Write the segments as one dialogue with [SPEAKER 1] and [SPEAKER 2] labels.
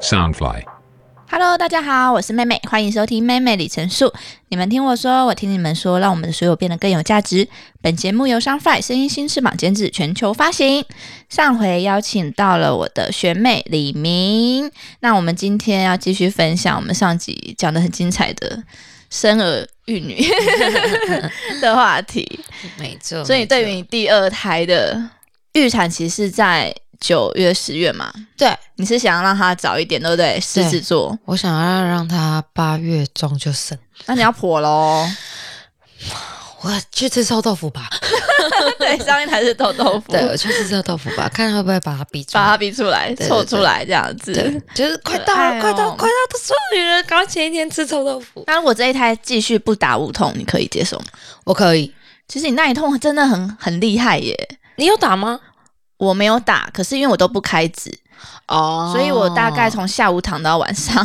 [SPEAKER 1] Soundfly.
[SPEAKER 2] Hello，大家好，我是妹妹，欢迎收听《妹妹里程数》。你们听我说，我听你们说，让我们的所有变得更有价值。本节目由 Sunfly 声音新翅膀监制，全球发行。上回邀请到了我的学妹李明，那我们今天要继续分享我们上集讲的很精彩的生儿育女 的话题。
[SPEAKER 3] 没错。
[SPEAKER 2] 所以，对于
[SPEAKER 3] 没
[SPEAKER 2] 你第二胎的预产期是在九月、十月嘛？
[SPEAKER 3] 错对，
[SPEAKER 2] 你是想要让它早一点，对不对？狮子座，
[SPEAKER 3] 我想要让他八月中就生，
[SPEAKER 2] 那你要婆喽。
[SPEAKER 3] 我去吃臭豆腐吧。
[SPEAKER 2] 对，上一台是豆豆腐，
[SPEAKER 3] 对，我去吃臭豆腐 吧，看会不会把他逼出
[SPEAKER 2] 把它
[SPEAKER 3] 来。
[SPEAKER 2] 逼出来、
[SPEAKER 3] 对对
[SPEAKER 2] 凑出来这样
[SPEAKER 3] 对
[SPEAKER 2] 子。，
[SPEAKER 3] 就是快
[SPEAKER 2] 可
[SPEAKER 3] 到
[SPEAKER 2] 爱
[SPEAKER 3] 了，快到，
[SPEAKER 2] 哦
[SPEAKER 3] 快到，都是女人，赶快前一天吃臭豆腐。
[SPEAKER 2] 那如果这一胎继续不打无痛，你可以接受吗？
[SPEAKER 3] 我可以，
[SPEAKER 2] 其实你那一痛真的很很厉害耶。
[SPEAKER 3] 你有打吗？
[SPEAKER 2] 我没有打，可是因为我都不开指，
[SPEAKER 3] 哦
[SPEAKER 2] 所以我大概，从下午躺到晚上，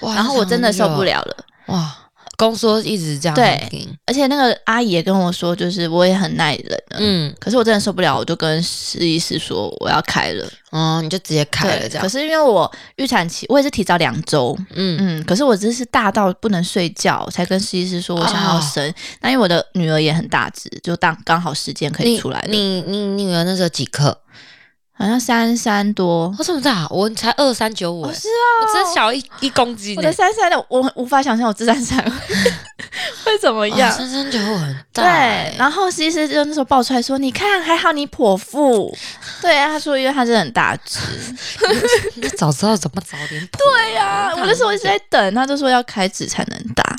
[SPEAKER 3] 哇
[SPEAKER 2] 然后我真的受不。了了。
[SPEAKER 3] 你躺很久啊哇，宫缩一直这样
[SPEAKER 2] 对
[SPEAKER 3] 听，
[SPEAKER 2] 而且那个阿姨也跟我说，就是我也很耐忍了，
[SPEAKER 3] 嗯，
[SPEAKER 2] 可是我真的受不了，我就跟试医师说我要开了。
[SPEAKER 3] 哦，你就直接开
[SPEAKER 2] 对
[SPEAKER 3] 了这样
[SPEAKER 2] 可。是因为我预产期，我也是提早两周，
[SPEAKER 3] 嗯，
[SPEAKER 2] 嗯，可是我只是大到不能睡觉，才跟试医师说我想要生。那、因为我的女儿也很大只，就当刚好时间可以
[SPEAKER 3] 你
[SPEAKER 2] 出来了
[SPEAKER 3] 你你你女儿那时候几克？
[SPEAKER 2] 好像三三多。
[SPEAKER 3] 我这么大，我才二三九五，
[SPEAKER 2] 我
[SPEAKER 3] 我
[SPEAKER 2] 是啊，
[SPEAKER 3] 只小一一公斤
[SPEAKER 2] 我
[SPEAKER 3] 欸。
[SPEAKER 2] 的三三的，我无法想象我这三三 会怎么样。
[SPEAKER 3] 哦三三九五很大
[SPEAKER 2] 对
[SPEAKER 3] 欸，，
[SPEAKER 2] 然后医师就那时候爆出来说：“你看，还好你剖腹。”对啊，他说因为他真的很大只。
[SPEAKER 3] 那早知道怎么早点补
[SPEAKER 2] 对呀、啊我那时候一直在等，他就说要开指才能打，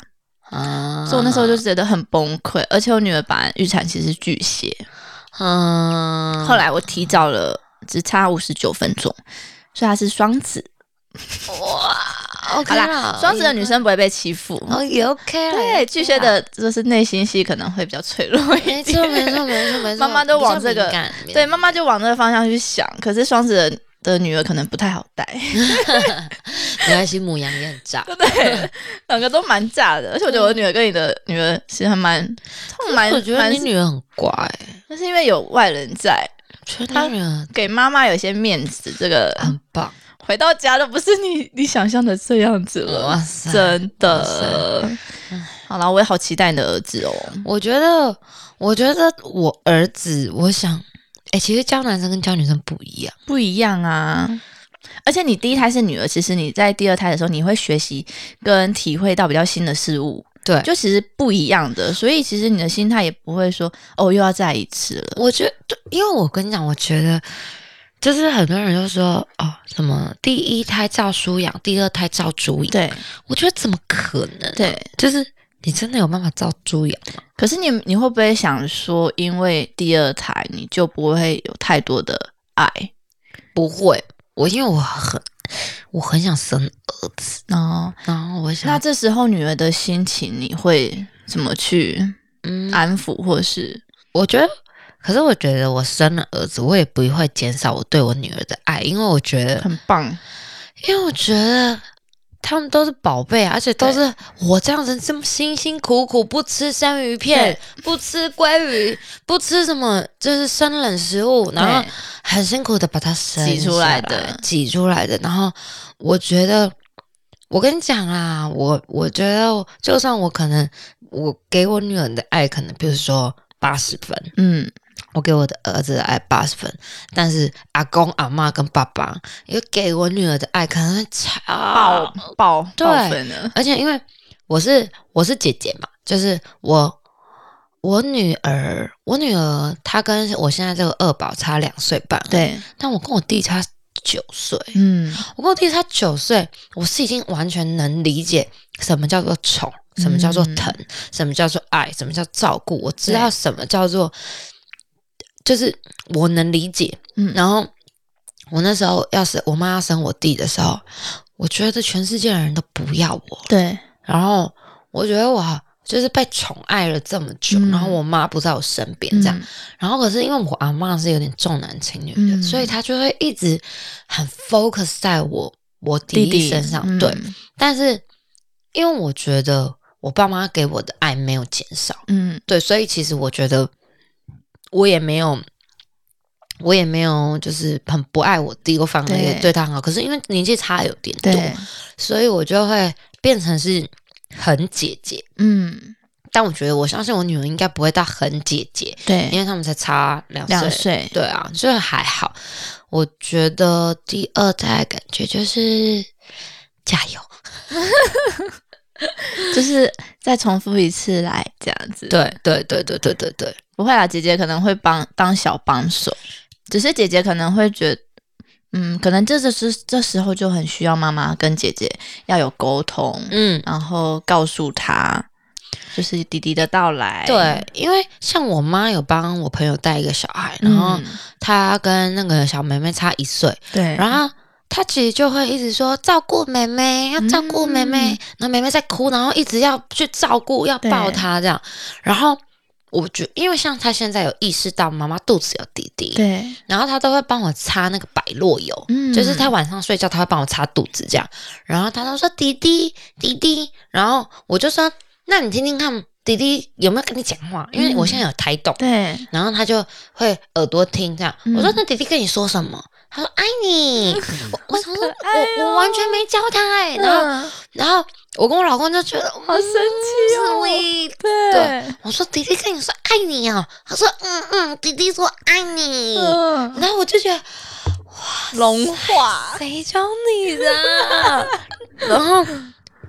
[SPEAKER 3] 啊
[SPEAKER 2] 所以我那时候就觉得很崩溃。而且我女儿本来预产期是巨蟹，
[SPEAKER 3] 嗯，
[SPEAKER 2] 后来我提早了，只差五十九分钟，所以她是双子。
[SPEAKER 3] 哇
[SPEAKER 2] 好
[SPEAKER 3] ，OK
[SPEAKER 2] 啦，双子的女生不会被欺负。
[SPEAKER 3] 啊哦也 OK 啦也
[SPEAKER 2] 对，
[SPEAKER 3] OK
[SPEAKER 2] 巨蟹
[SPEAKER 3] 啦
[SPEAKER 2] 的就是内心戏可能会比较脆弱一
[SPEAKER 3] 啊没错没
[SPEAKER 2] 点。
[SPEAKER 3] 错没 错没错，
[SPEAKER 2] 妈妈都
[SPEAKER 3] 比较
[SPEAKER 2] 往这个
[SPEAKER 3] 敏感
[SPEAKER 2] 对，妈妈就往这个方向去想。可是双子的的女儿可能不太好带，
[SPEAKER 3] 嗯没关系，母羊也很炸，
[SPEAKER 2] 对，两个都蛮炸的。而且我觉得我女儿跟你的女儿其实还蛮，蛮，
[SPEAKER 3] 嗯我觉得
[SPEAKER 2] 蛮
[SPEAKER 3] 你女儿很乖，
[SPEAKER 2] 那是因为有外人在，
[SPEAKER 3] 觉
[SPEAKER 2] 她嗯
[SPEAKER 3] 得你女儿
[SPEAKER 2] 给妈妈有些面子。这个
[SPEAKER 3] 很棒，
[SPEAKER 2] 回到家都不是你你想象的这样子了，
[SPEAKER 3] 哇塞
[SPEAKER 2] 真
[SPEAKER 3] 哇
[SPEAKER 2] 的
[SPEAKER 3] 塞。
[SPEAKER 2] 好了，我也好期待你的儿子哦。
[SPEAKER 3] 我觉得我觉得我儿子，我想，哎、其实教男生跟教女生不一样，
[SPEAKER 2] 不一样啊。而且你第一胎是女儿，其实你在第二胎的时候，你会学习跟体会到比较新的事物，
[SPEAKER 3] 对
[SPEAKER 2] 就其实不一样的。所以其实你的心态也不会说哦，又要再一次了。
[SPEAKER 3] 我觉得，因为我跟你讲，我觉得就是很多人就说哦，什么第一胎照书养，第二胎照猪养，
[SPEAKER 2] 对
[SPEAKER 3] 我觉得怎么可能、啊？，
[SPEAKER 2] 对，
[SPEAKER 3] 就是你真的有办法照猪养吗？
[SPEAKER 2] 可是你你会不会想说，因为第二胎你就不会有太多的爱
[SPEAKER 3] 不会，我因为我很我很想生儿子，
[SPEAKER 2] 哦？
[SPEAKER 3] 然后我
[SPEAKER 2] 那
[SPEAKER 3] 想，
[SPEAKER 2] 这时候女儿的心情你会怎么去
[SPEAKER 3] 嗯，
[SPEAKER 2] 安抚，或是
[SPEAKER 3] 我觉得，可是我觉得我生了儿子，我也不会减少我对我女儿的爱，因为我觉得
[SPEAKER 2] 很棒？
[SPEAKER 3] 因为我觉得他们都是宝贝啊，而且都是我这样子这么辛辛苦苦不吃生鱼片，不吃鲑鱼，不吃什么就是生冷食物，然后
[SPEAKER 2] 对
[SPEAKER 3] 很辛苦的把它生
[SPEAKER 2] 挤出
[SPEAKER 3] 下
[SPEAKER 2] 来
[SPEAKER 3] 来
[SPEAKER 2] 的
[SPEAKER 3] 挤出来的。然后我觉得，我跟你讲啊，我我觉得，就算我可能我给我女儿的爱，可能比如说八十分，
[SPEAKER 2] 嗯，
[SPEAKER 3] 我给我的儿子的爱八十分，但是阿公、阿妈跟爸爸也给我女儿的爱可能会
[SPEAKER 2] 爆
[SPEAKER 3] 超，
[SPEAKER 2] 爆
[SPEAKER 3] 对
[SPEAKER 2] 爆粉了，
[SPEAKER 3] 而且因为我是我是姐姐嘛，就是我我女儿，我女儿她跟我现在这个二宝差两岁半，，
[SPEAKER 2] 对，
[SPEAKER 3] 但我跟我弟差九岁，
[SPEAKER 2] 嗯。
[SPEAKER 3] 我跟我弟差九岁，我是已经完全能理解什么叫做宠，什么叫做
[SPEAKER 2] 嗯
[SPEAKER 3] 疼，什么叫做爱，什么叫照顾。我知道
[SPEAKER 2] 对
[SPEAKER 3] 什么叫做，就是我能理解。
[SPEAKER 2] 嗯
[SPEAKER 3] 然后我那时候要是我妈要生我弟的时候，我觉得全世界的人都不要我，
[SPEAKER 2] 对，
[SPEAKER 3] 然后我觉得我就是被宠爱了这么久，
[SPEAKER 2] 嗯
[SPEAKER 3] 然后我妈不在我身边这样。然后可是因为我阿妈是有点重男轻女的，
[SPEAKER 2] 嗯
[SPEAKER 3] 所以她就会一直很 focus 在我我
[SPEAKER 2] 弟嗯
[SPEAKER 3] 弟
[SPEAKER 2] 弟
[SPEAKER 3] 弟身上。对，，但是因为我觉得我爸妈给我的爱没有减少，
[SPEAKER 2] 嗯
[SPEAKER 3] 对，所以其实我觉得我也没有，我也没有就是很不爱我弟，我反而也
[SPEAKER 2] 对
[SPEAKER 3] 对他很好。可是因为年纪差有点多，
[SPEAKER 2] 对，
[SPEAKER 3] 所以我就会变成是很姐姐。
[SPEAKER 2] 嗯，
[SPEAKER 3] 但我觉得，我相信我女儿应该不会到很姐姐，因
[SPEAKER 2] 对，
[SPEAKER 3] 为他们才差两岁。
[SPEAKER 2] 两岁，
[SPEAKER 3] 对啊，所以还好。我觉得第二代感觉就是加油，
[SPEAKER 2] 就是再重复一次来这样子。，
[SPEAKER 3] 对对对对对对对，
[SPEAKER 2] 不会啦，姐姐可能会帮当小帮手，只是姐姐可能会觉得。嗯，可能这就是这时候就很需要妈妈跟姐姐要有沟通，
[SPEAKER 3] 嗯，
[SPEAKER 2] 然后告诉她就是弟弟的到来。
[SPEAKER 3] 对，因为像我妈有帮我朋友带一个小孩，然
[SPEAKER 2] 嗯，
[SPEAKER 3] 后她跟那个小妹妹差一岁，
[SPEAKER 2] 对，
[SPEAKER 3] 然后她其实就会一直说照顾妹妹，要照顾妹妹，然后妹妹在哭，然后一直要去照顾，要抱
[SPEAKER 2] 对
[SPEAKER 3] 她这样，然后。我觉因为像她现在有意识到妈妈肚子有弟弟，
[SPEAKER 2] 对，
[SPEAKER 3] 然后她都会帮我擦那个百洛油，
[SPEAKER 2] 嗯
[SPEAKER 3] 就是他晚上睡觉，他会帮我擦肚子这样。然后他都说弟弟弟弟，然后我就说那你听听看弟弟有没有跟你讲话，因为我现在有台懂。
[SPEAKER 2] 嗯对，
[SPEAKER 3] 然后他就会耳朵听这样。
[SPEAKER 2] 嗯
[SPEAKER 3] 我说那弟弟跟你说什么？他说爱你。我我想说我我完全没教他哎、然后
[SPEAKER 2] 哦嗯
[SPEAKER 3] 然后我跟我老公就觉得好
[SPEAKER 2] 好生气哦
[SPEAKER 3] sweet。
[SPEAKER 2] 对
[SPEAKER 3] 对，我说弟弟跟你说爱你哦，他说嗯嗯，弟弟说爱你。
[SPEAKER 2] 嗯，
[SPEAKER 3] 然后我就觉得。
[SPEAKER 2] 融化，
[SPEAKER 3] 谁教你的 啊？然后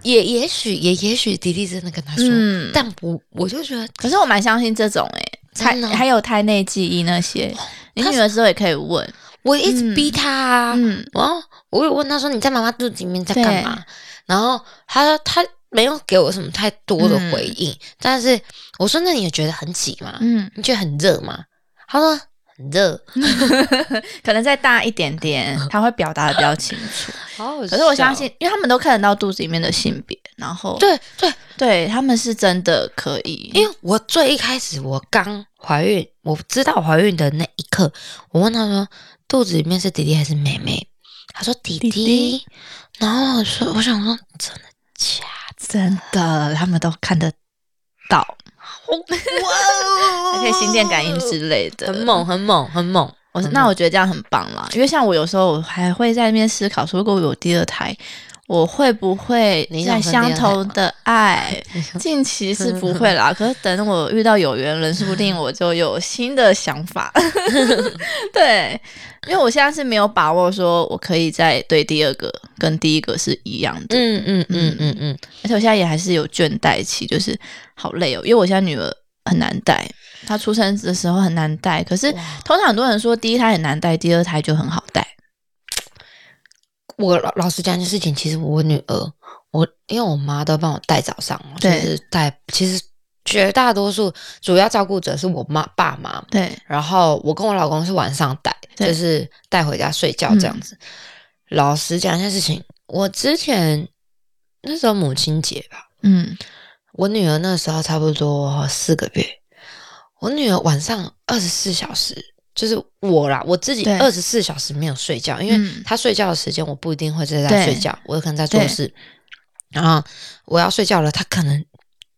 [SPEAKER 3] 也也许也也许迪迪真的跟他说，
[SPEAKER 2] 嗯
[SPEAKER 3] 但我我就觉得
[SPEAKER 2] 可是我蛮相信这种诶、胎
[SPEAKER 3] 真的哦哦
[SPEAKER 2] 还有胎内记忆那些，你
[SPEAKER 3] 他
[SPEAKER 2] 女儿之后也可以问，
[SPEAKER 3] 我一直逼他啊，
[SPEAKER 2] 嗯，
[SPEAKER 3] 然后我有问他说你在妈妈肚子里面在
[SPEAKER 2] 对
[SPEAKER 3] 干嘛？然后他说他没有给我什么太多的回应，但是我说那你有觉得很挤吗？
[SPEAKER 2] 嗯，
[SPEAKER 3] 你觉得很热吗？他说很热，
[SPEAKER 2] 可能再大一点点，她会表达的比较清楚。
[SPEAKER 3] 嗯
[SPEAKER 2] 可
[SPEAKER 3] 可
[SPEAKER 2] 是我相信，因为他们都看得到肚子里面的性别，然后
[SPEAKER 3] 对对，
[SPEAKER 2] 对，他们是真的可以，
[SPEAKER 3] 因为我最一开始我刚怀孕，我知道怀孕的那一刻，我问他说肚子里面是弟弟还是妹妹，他说弟弟，
[SPEAKER 2] 弟弟
[SPEAKER 3] 然后我说我想说真的假
[SPEAKER 2] 真的他们都看得到，
[SPEAKER 3] 哦 的，哇
[SPEAKER 2] 还可以心电感应之类的，
[SPEAKER 3] 很猛很猛很猛，
[SPEAKER 2] 我是那我觉得这样很棒啦，因为像我有时候我还会在那边思考说，如果我有第二胎，我会不会
[SPEAKER 3] 你
[SPEAKER 2] 在
[SPEAKER 3] 想生
[SPEAKER 2] 相
[SPEAKER 3] 第二胎
[SPEAKER 2] 同
[SPEAKER 3] 吗
[SPEAKER 2] 的爱？ 近期是不会啦，可是等我遇到有缘人，说不定我就有新的想法。 对，因为我现在是没有把握说我可以再对第二个跟第一个是一样的，
[SPEAKER 3] 嗯嗯嗯嗯嗯，
[SPEAKER 2] 而且我现在也还是有倦怠期，就是好累哦，因为我现在女儿很难带，她出生的时候很难带，可是
[SPEAKER 3] 哇
[SPEAKER 2] 通常很多人说第一胎很难带，第二胎就很好带。
[SPEAKER 3] 我老老实讲一件事情，其实我女儿，我因为我妈都帮我带早上，就
[SPEAKER 2] 对
[SPEAKER 3] 是带，其实绝大多数主要照顾者是我妈爸妈，
[SPEAKER 2] 对，
[SPEAKER 3] 然后我跟我老公是晚上带，
[SPEAKER 2] 对嗯
[SPEAKER 3] 就是带回家睡觉这样子。老实讲一件事情，我之前那时候母亲节吧，
[SPEAKER 2] 嗯，
[SPEAKER 3] 我女儿那时候差不多四个月，我女儿晚上二十四小时。就是我啦，我自己
[SPEAKER 2] 对
[SPEAKER 3] 二十四小时没有睡觉，因为
[SPEAKER 2] 嗯
[SPEAKER 3] 她睡觉的时间我不一定会在
[SPEAKER 2] 对
[SPEAKER 3] 家睡觉，我可能在做
[SPEAKER 2] 对
[SPEAKER 3] 事，然后我要睡觉了，她可能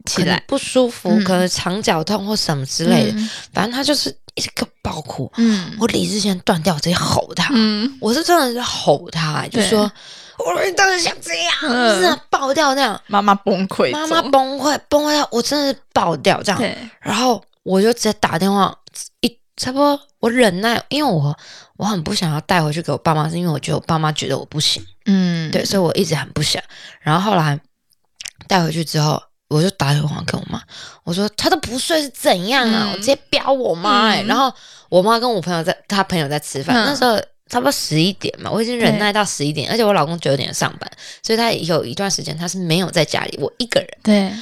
[SPEAKER 2] 起来
[SPEAKER 3] 可能不舒服，
[SPEAKER 2] 嗯
[SPEAKER 3] 可能肠绞痛或什么之类的，反正她就是一直给我爆哭，
[SPEAKER 2] 嗯，
[SPEAKER 3] 我理智线断掉，我直接吼他。
[SPEAKER 2] 嗯，
[SPEAKER 3] 我是真的是吼他、欸就
[SPEAKER 2] 对
[SPEAKER 3] 说我儿当时想这样，
[SPEAKER 2] 嗯
[SPEAKER 3] 真的爆掉那样，
[SPEAKER 2] 妈妈崩溃
[SPEAKER 3] 妈
[SPEAKER 2] 中，
[SPEAKER 3] 妈崩溃崩溃到我真的是爆掉这样。
[SPEAKER 2] 对，
[SPEAKER 3] 然后我就直接打电话，一差不多我忍耐，因为我我很不想要带回去给我爸妈，是因为我觉得我爸妈觉得我不行，
[SPEAKER 2] 嗯，
[SPEAKER 3] 对，，所以我一直很不想。然后后来带回去之后。我就打电话给我妈，我说他都不睡是怎样啊？
[SPEAKER 2] 嗯
[SPEAKER 3] 我直接飙我妈哎、
[SPEAKER 2] 嗯
[SPEAKER 3] 然后我妈跟我朋友在，她朋友在吃饭，
[SPEAKER 2] 嗯
[SPEAKER 3] 那时候差不多十一点嘛，我已经忍耐到十一点，而且我老公九点上班，所以他有一段时间他是没有在家里，我一个人。
[SPEAKER 2] 对，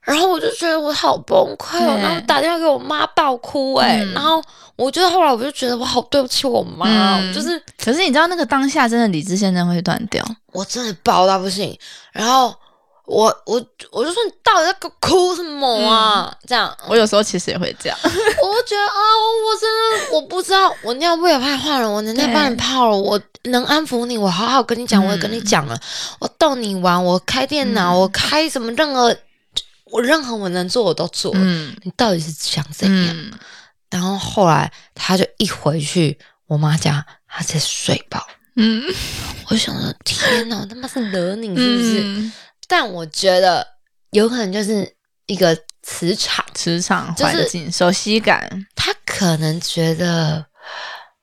[SPEAKER 3] 然后我就觉得我好崩溃哦，
[SPEAKER 2] 对
[SPEAKER 3] 然后打电话给我妈爆哭哎、
[SPEAKER 2] 嗯
[SPEAKER 3] 然后我觉得后来我就觉得我好对不起我妈哦，
[SPEAKER 2] 嗯
[SPEAKER 3] 就是
[SPEAKER 2] 可是你知道那个当下真的理智线真的会断掉，
[SPEAKER 3] 我真的爆到不行，然后我我我就说你到底在给我哭什么啊？这样，
[SPEAKER 2] 我有时候其实也会这样，
[SPEAKER 3] 我就觉得啊、我真的我不知道，我尿布也怕换了，我能量
[SPEAKER 2] 对
[SPEAKER 3] 帮你泡了，我能安抚你，我好好跟你讲，
[SPEAKER 2] 嗯
[SPEAKER 3] 我也跟你讲了，我逗你玩，我开电脑，
[SPEAKER 2] 嗯
[SPEAKER 3] 我开什么任何我任何我能做我都做了，
[SPEAKER 2] 嗯
[SPEAKER 3] 你到底是想怎样？
[SPEAKER 2] 嗯，
[SPEAKER 3] 然后后来他就一回去我妈家，他直接睡饱。
[SPEAKER 2] 嗯，
[SPEAKER 3] 我想说，天哪，我他妈是惹你是不是？
[SPEAKER 2] 嗯，
[SPEAKER 3] 但我觉得有可能就是一个磁场，
[SPEAKER 2] 磁场
[SPEAKER 3] 就是
[SPEAKER 2] 环境、熟悉感，
[SPEAKER 3] 他可能觉得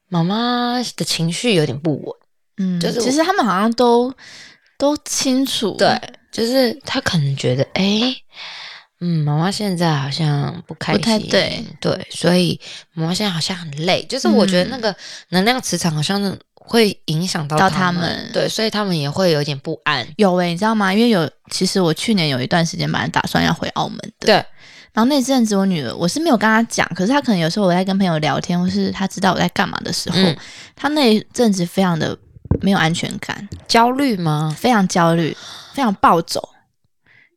[SPEAKER 3] 妈妈的情绪有点不稳，
[SPEAKER 2] 嗯，
[SPEAKER 3] 就是
[SPEAKER 2] 其实他们好像都都清楚，
[SPEAKER 3] 对，就是他可能觉得，哎、嗯，妈妈现在好像不开心，
[SPEAKER 2] 不太对
[SPEAKER 3] 对，所以妈妈现在好像很累，就是我觉得那个能量磁场好像是会影响到
[SPEAKER 2] 嗯到
[SPEAKER 3] 他
[SPEAKER 2] 他
[SPEAKER 3] 们，
[SPEAKER 2] 们
[SPEAKER 3] 对，所以他们也会有点不安，
[SPEAKER 2] 有诶、你知道吗？因为有，其实我去年有一段时间本来打算要回澳门的，
[SPEAKER 3] 对，
[SPEAKER 2] 然后那阵子我女儿，我是没有跟她讲，可是她可能有时候我在跟朋友聊天，或是她知道我在干嘛的时候，
[SPEAKER 3] 嗯
[SPEAKER 2] 她那一阵子非常的没有安全感，
[SPEAKER 3] 焦虑吗？
[SPEAKER 2] 非常焦虑，非常暴走，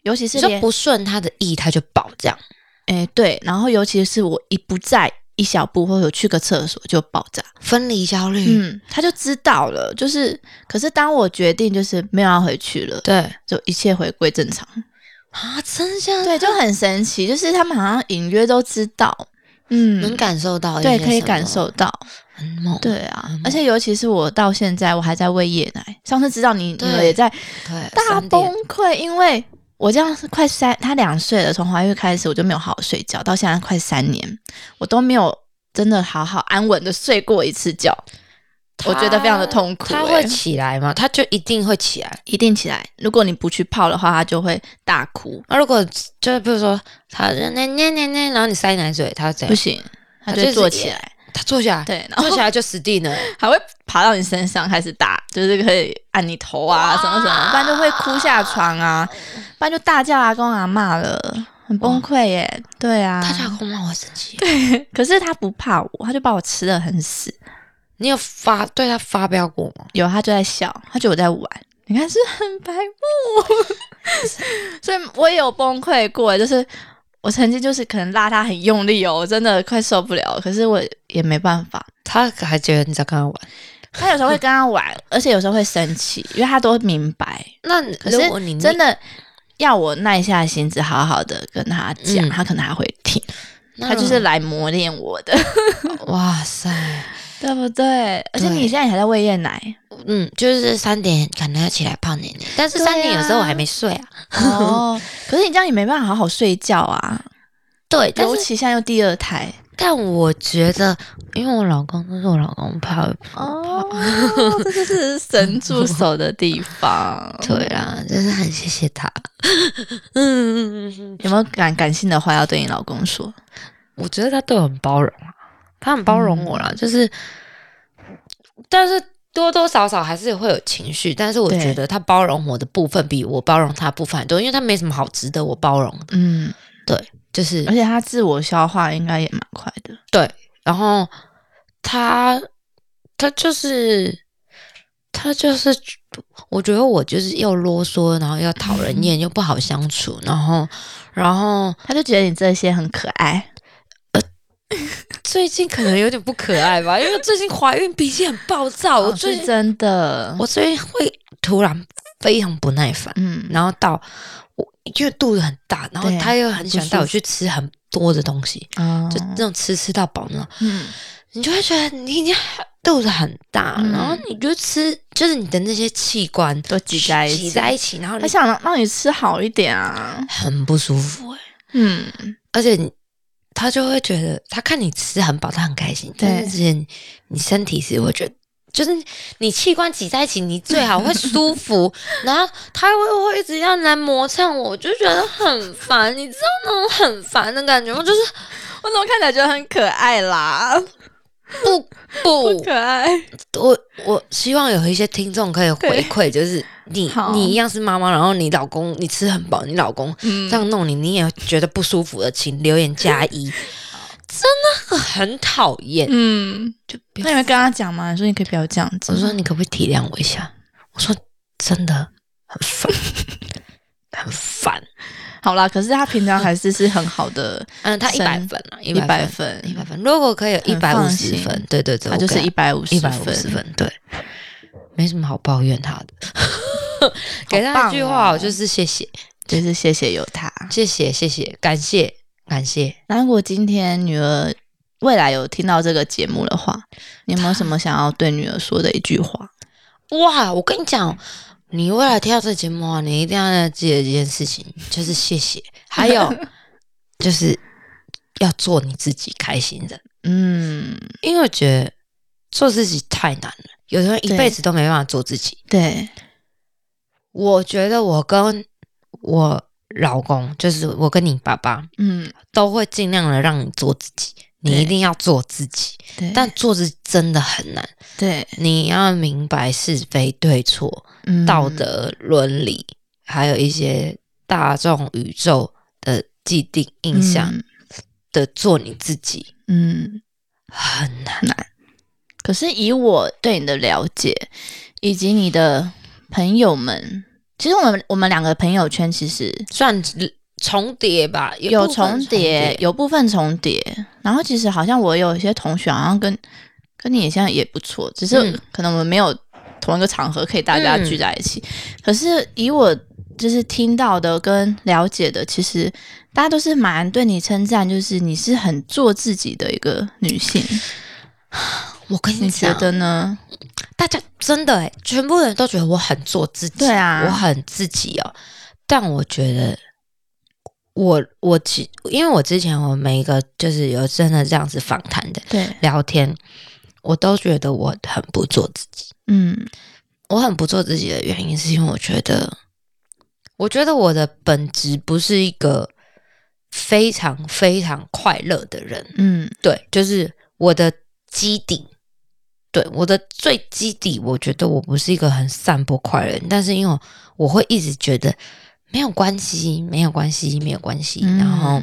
[SPEAKER 2] 尤其是
[SPEAKER 3] 你
[SPEAKER 2] 连
[SPEAKER 3] 就不顺他的意，他就爆这样。
[SPEAKER 2] 诶、对，然后尤其是我一不在一小步，或者我去个厕所就爆炸，
[SPEAKER 3] 分离焦虑，
[SPEAKER 2] 嗯，她就知道了，就是，可是当我决定就是没有要回去了，
[SPEAKER 3] 对
[SPEAKER 2] 就一切回归正常。
[SPEAKER 3] 啊，真相
[SPEAKER 2] 对，就很神奇，就是他们好像隐约都知道，嗯，
[SPEAKER 3] 能感受到一些
[SPEAKER 2] 对，
[SPEAKER 3] 什么，
[SPEAKER 2] 可以感受到，
[SPEAKER 3] 很猛，
[SPEAKER 2] 对啊
[SPEAKER 3] 嗯，
[SPEAKER 2] 而且尤其是我到现在，我还在喂夜奶，上次知道你女
[SPEAKER 3] 对
[SPEAKER 2] 儿也在
[SPEAKER 3] 对，
[SPEAKER 2] 大
[SPEAKER 3] 三点
[SPEAKER 2] 崩溃，因为我这样是快三，她两岁了，从怀孕开始我就没有好好睡觉，到现在快三年，我都没有真的好好安稳的睡过一次觉，我觉得非常的痛苦、欸
[SPEAKER 3] 他会起来吗？他就一定会起来。
[SPEAKER 2] 一定起来，如果你不去泡的话，她就会大哭，
[SPEAKER 3] 啊那、如果就是比如说他那那那那，然后你塞奶嘴，他怎
[SPEAKER 2] 不
[SPEAKER 3] 样？
[SPEAKER 2] 行，她
[SPEAKER 3] 她
[SPEAKER 2] 就
[SPEAKER 3] 就
[SPEAKER 2] 会
[SPEAKER 3] 是
[SPEAKER 2] 坐
[SPEAKER 3] 也
[SPEAKER 2] 起来，
[SPEAKER 3] 他坐下来，
[SPEAKER 2] 对，然后
[SPEAKER 3] 坐下来就死 定了。
[SPEAKER 2] 还会爬到你身上开始打，就是可以按你头啊，什么什么，不然就会哭下床啊，不然就大叫啊，跟我阿骂了，很崩溃耶。对啊，
[SPEAKER 3] 他家公妈，我生气。
[SPEAKER 2] 可是他不怕我，他就把我吃的很死。
[SPEAKER 3] 你有发对他发飙过吗？
[SPEAKER 2] 有他就在笑，他觉得我在玩，你看是不是很白目， 所以我也有崩溃过，就是。我曾经就是可能拉他很用力哦，我真的快受不了了，可是我也没办法。
[SPEAKER 3] 他还觉得你在跟他玩。
[SPEAKER 2] 他有时候会跟他玩，而且有时候会生气，因为他都明白。
[SPEAKER 3] 那
[SPEAKER 2] 可
[SPEAKER 3] 如果你
[SPEAKER 2] 是真的要我耐下心子，好好的跟他讲，
[SPEAKER 3] 嗯
[SPEAKER 2] 他可能还会听。
[SPEAKER 3] 那
[SPEAKER 2] 他就是来磨练我 的，
[SPEAKER 3] 哇塞，
[SPEAKER 2] 对不对？而且
[SPEAKER 3] 对
[SPEAKER 2] 你现在也还在喂夜 奶
[SPEAKER 3] 嗯，就是三点可能要起来泡奶奶，但是
[SPEAKER 2] 对啊
[SPEAKER 3] 三点有时候我还没睡啊。
[SPEAKER 2] 哦，可是你这样也没办法好好睡觉啊。
[SPEAKER 3] 对，但
[SPEAKER 2] 尤
[SPEAKER 3] 是
[SPEAKER 2] 其现在又第二胎
[SPEAKER 3] 但我觉得，因为我老公都是我老公泡一泡。。
[SPEAKER 2] 哦，这就是神助手的地方
[SPEAKER 3] 对啊啦，真是很谢谢他。 嗯，
[SPEAKER 2] 有没有感感性的话要对你老公说？
[SPEAKER 3] 我觉得他对我很包容啊，他很包容我
[SPEAKER 2] 嗯
[SPEAKER 3] 啦，就是，但是多多少少还是会有情绪，但是我
[SPEAKER 2] 对
[SPEAKER 3] 觉得他包容我的部分比我包容他的部分还多，因为他没什么好值得我包容的，
[SPEAKER 2] 嗯，
[SPEAKER 3] 就是
[SPEAKER 2] 而且他自我消化应该也蛮快的。
[SPEAKER 3] 对，然后他他就是他就是，我觉得我就是又啰嗦，然后又讨
[SPEAKER 2] 嗯
[SPEAKER 3] 人厌，又不好相处，然后然后
[SPEAKER 2] 他就觉得你这些很可爱，
[SPEAKER 3] 最近可能有点不可爱吧，因为最近怀孕脾气很暴躁，我
[SPEAKER 2] 哦
[SPEAKER 3] 最
[SPEAKER 2] 是
[SPEAKER 3] 近
[SPEAKER 2] 真的，
[SPEAKER 3] 我最近会突然非常不耐烦，
[SPEAKER 2] 嗯，
[SPEAKER 3] 然后到我因为肚子很大，然后
[SPEAKER 2] 对
[SPEAKER 3] 他又很喜欢
[SPEAKER 2] 不舒服
[SPEAKER 3] 带我去吃很多的东西，
[SPEAKER 2] 哦
[SPEAKER 3] 就那种吃吃到饱那种，
[SPEAKER 2] 嗯。
[SPEAKER 3] 你就会觉得你已经很肚子很大，
[SPEAKER 2] 嗯
[SPEAKER 3] 然后你就吃就是你的那些器官
[SPEAKER 2] 都挤在一起
[SPEAKER 3] 挤在一起，然后
[SPEAKER 2] 他
[SPEAKER 3] 你
[SPEAKER 2] 想让让你吃好一点 啊。
[SPEAKER 3] 很不舒服、欸，
[SPEAKER 2] 嗯，
[SPEAKER 3] 而且你他就会觉得他看你吃很饱，他很开心，
[SPEAKER 2] 对
[SPEAKER 3] 但是之前你身体是会觉得。就是你器官挤在一起，你最好 会舒服，然后他会会一直要来磨蹭我，我就觉得很烦，你知道那种很烦的感觉吗？就是
[SPEAKER 2] 我怎么看起来觉得很可爱啦？
[SPEAKER 3] 不不
[SPEAKER 2] 可爱。
[SPEAKER 3] 我我希望有一些听众可以回
[SPEAKER 2] 对
[SPEAKER 3] 馈，就是你
[SPEAKER 2] 好
[SPEAKER 3] 你一样是妈妈，然后你老公你吃很饱，你老公
[SPEAKER 2] 嗯
[SPEAKER 3] 这样弄你，你也觉得不舒服的，请留言加 一。真的很讨厌，
[SPEAKER 2] 嗯，
[SPEAKER 3] 就不
[SPEAKER 2] 那
[SPEAKER 3] 要。
[SPEAKER 2] 你会跟他讲吗？你说你可以不要这样子。
[SPEAKER 3] 我说你可不可以体谅我一下？我说真的 很烦，很烦。
[SPEAKER 2] 好啦，可是他平常还是是很好的
[SPEAKER 3] 嗯，他一百
[SPEAKER 2] 神
[SPEAKER 3] 分啊， 一
[SPEAKER 2] 一
[SPEAKER 3] 百
[SPEAKER 2] 百
[SPEAKER 3] 分，
[SPEAKER 2] 分，
[SPEAKER 3] 一百分。如果可以有一
[SPEAKER 2] 很
[SPEAKER 3] 百
[SPEAKER 2] 放
[SPEAKER 3] 五十
[SPEAKER 2] 心
[SPEAKER 3] 分，对对对，
[SPEAKER 2] 他就是一百五十
[SPEAKER 3] 一百五十。分，对，没什么好抱怨他的。 给他一句
[SPEAKER 2] 好棒
[SPEAKER 3] 话，
[SPEAKER 2] 哦
[SPEAKER 3] 我就是谢谢。
[SPEAKER 2] 就是
[SPEAKER 3] 哦
[SPEAKER 2] 谢谢有他。
[SPEAKER 3] 谢谢谢谢，感谢感谢。
[SPEAKER 2] 那如果今天女儿未来有听到这个节目的话，你有没有什么想要对女儿说的一句话？
[SPEAKER 3] 哇，我跟你讲，你未来听到这个节目啊，你一定要记得一件事情，就是谢谢，还 有就是要做你自己开心的，
[SPEAKER 2] 嗯，
[SPEAKER 3] 因为我觉得做自己太难了，有的人一
[SPEAKER 2] 对
[SPEAKER 3] 辈子都没办法做自己。
[SPEAKER 2] 对，
[SPEAKER 3] 我觉得我跟我老公，就是我跟你爸爸，
[SPEAKER 2] 嗯，
[SPEAKER 3] 都会尽量的让你做自己，你
[SPEAKER 2] 对
[SPEAKER 3] 一定要做自己，
[SPEAKER 2] 对，
[SPEAKER 3] 但做自己真的很难，
[SPEAKER 2] 嗯对，
[SPEAKER 3] 你要明白是非对错。
[SPEAKER 2] 嗯
[SPEAKER 3] 道德伦理，还有一些大众宇宙的既定印象的做你自己
[SPEAKER 2] 嗯，嗯
[SPEAKER 3] 很难。
[SPEAKER 2] 可是以我对你的了解，以及你的朋友们，其实我们我们两个朋友圈其实
[SPEAKER 3] 算重叠吧，
[SPEAKER 2] 有
[SPEAKER 3] 部分
[SPEAKER 2] 重叠，有部分重叠。然后其实好像我有一些同学好像跟跟你也现在也不错，只是
[SPEAKER 3] 嗯
[SPEAKER 2] 可能我们没有同一个场合可以大家聚在一起。可是以我就是听到的跟了解的，其实大家都是蛮对你称赞，就是你是很做自己的一个女性。
[SPEAKER 3] 我跟
[SPEAKER 2] 你
[SPEAKER 3] 你
[SPEAKER 2] 觉
[SPEAKER 3] 讲，
[SPEAKER 2] 得呢？
[SPEAKER 3] 大家真的哎、全部人都觉得我很做自己，
[SPEAKER 2] 对啊
[SPEAKER 3] 我很自己哦。但我觉得我我其因为我之前我每一个就是有真的这样子访谈的
[SPEAKER 2] 对，
[SPEAKER 3] 聊天，我都觉得我很不做自己。
[SPEAKER 2] 嗯
[SPEAKER 3] 我很不做自己的原因，是因为我觉得，我觉得我的本质不是一个非常非常快乐的人。
[SPEAKER 2] 嗯
[SPEAKER 3] 对，就是我的基底，对我的最基底，我觉得我不是一个很散播快乐的人，但是因为我会一直觉得没有关系，没有关系，没有关系，
[SPEAKER 2] 嗯
[SPEAKER 3] 然后，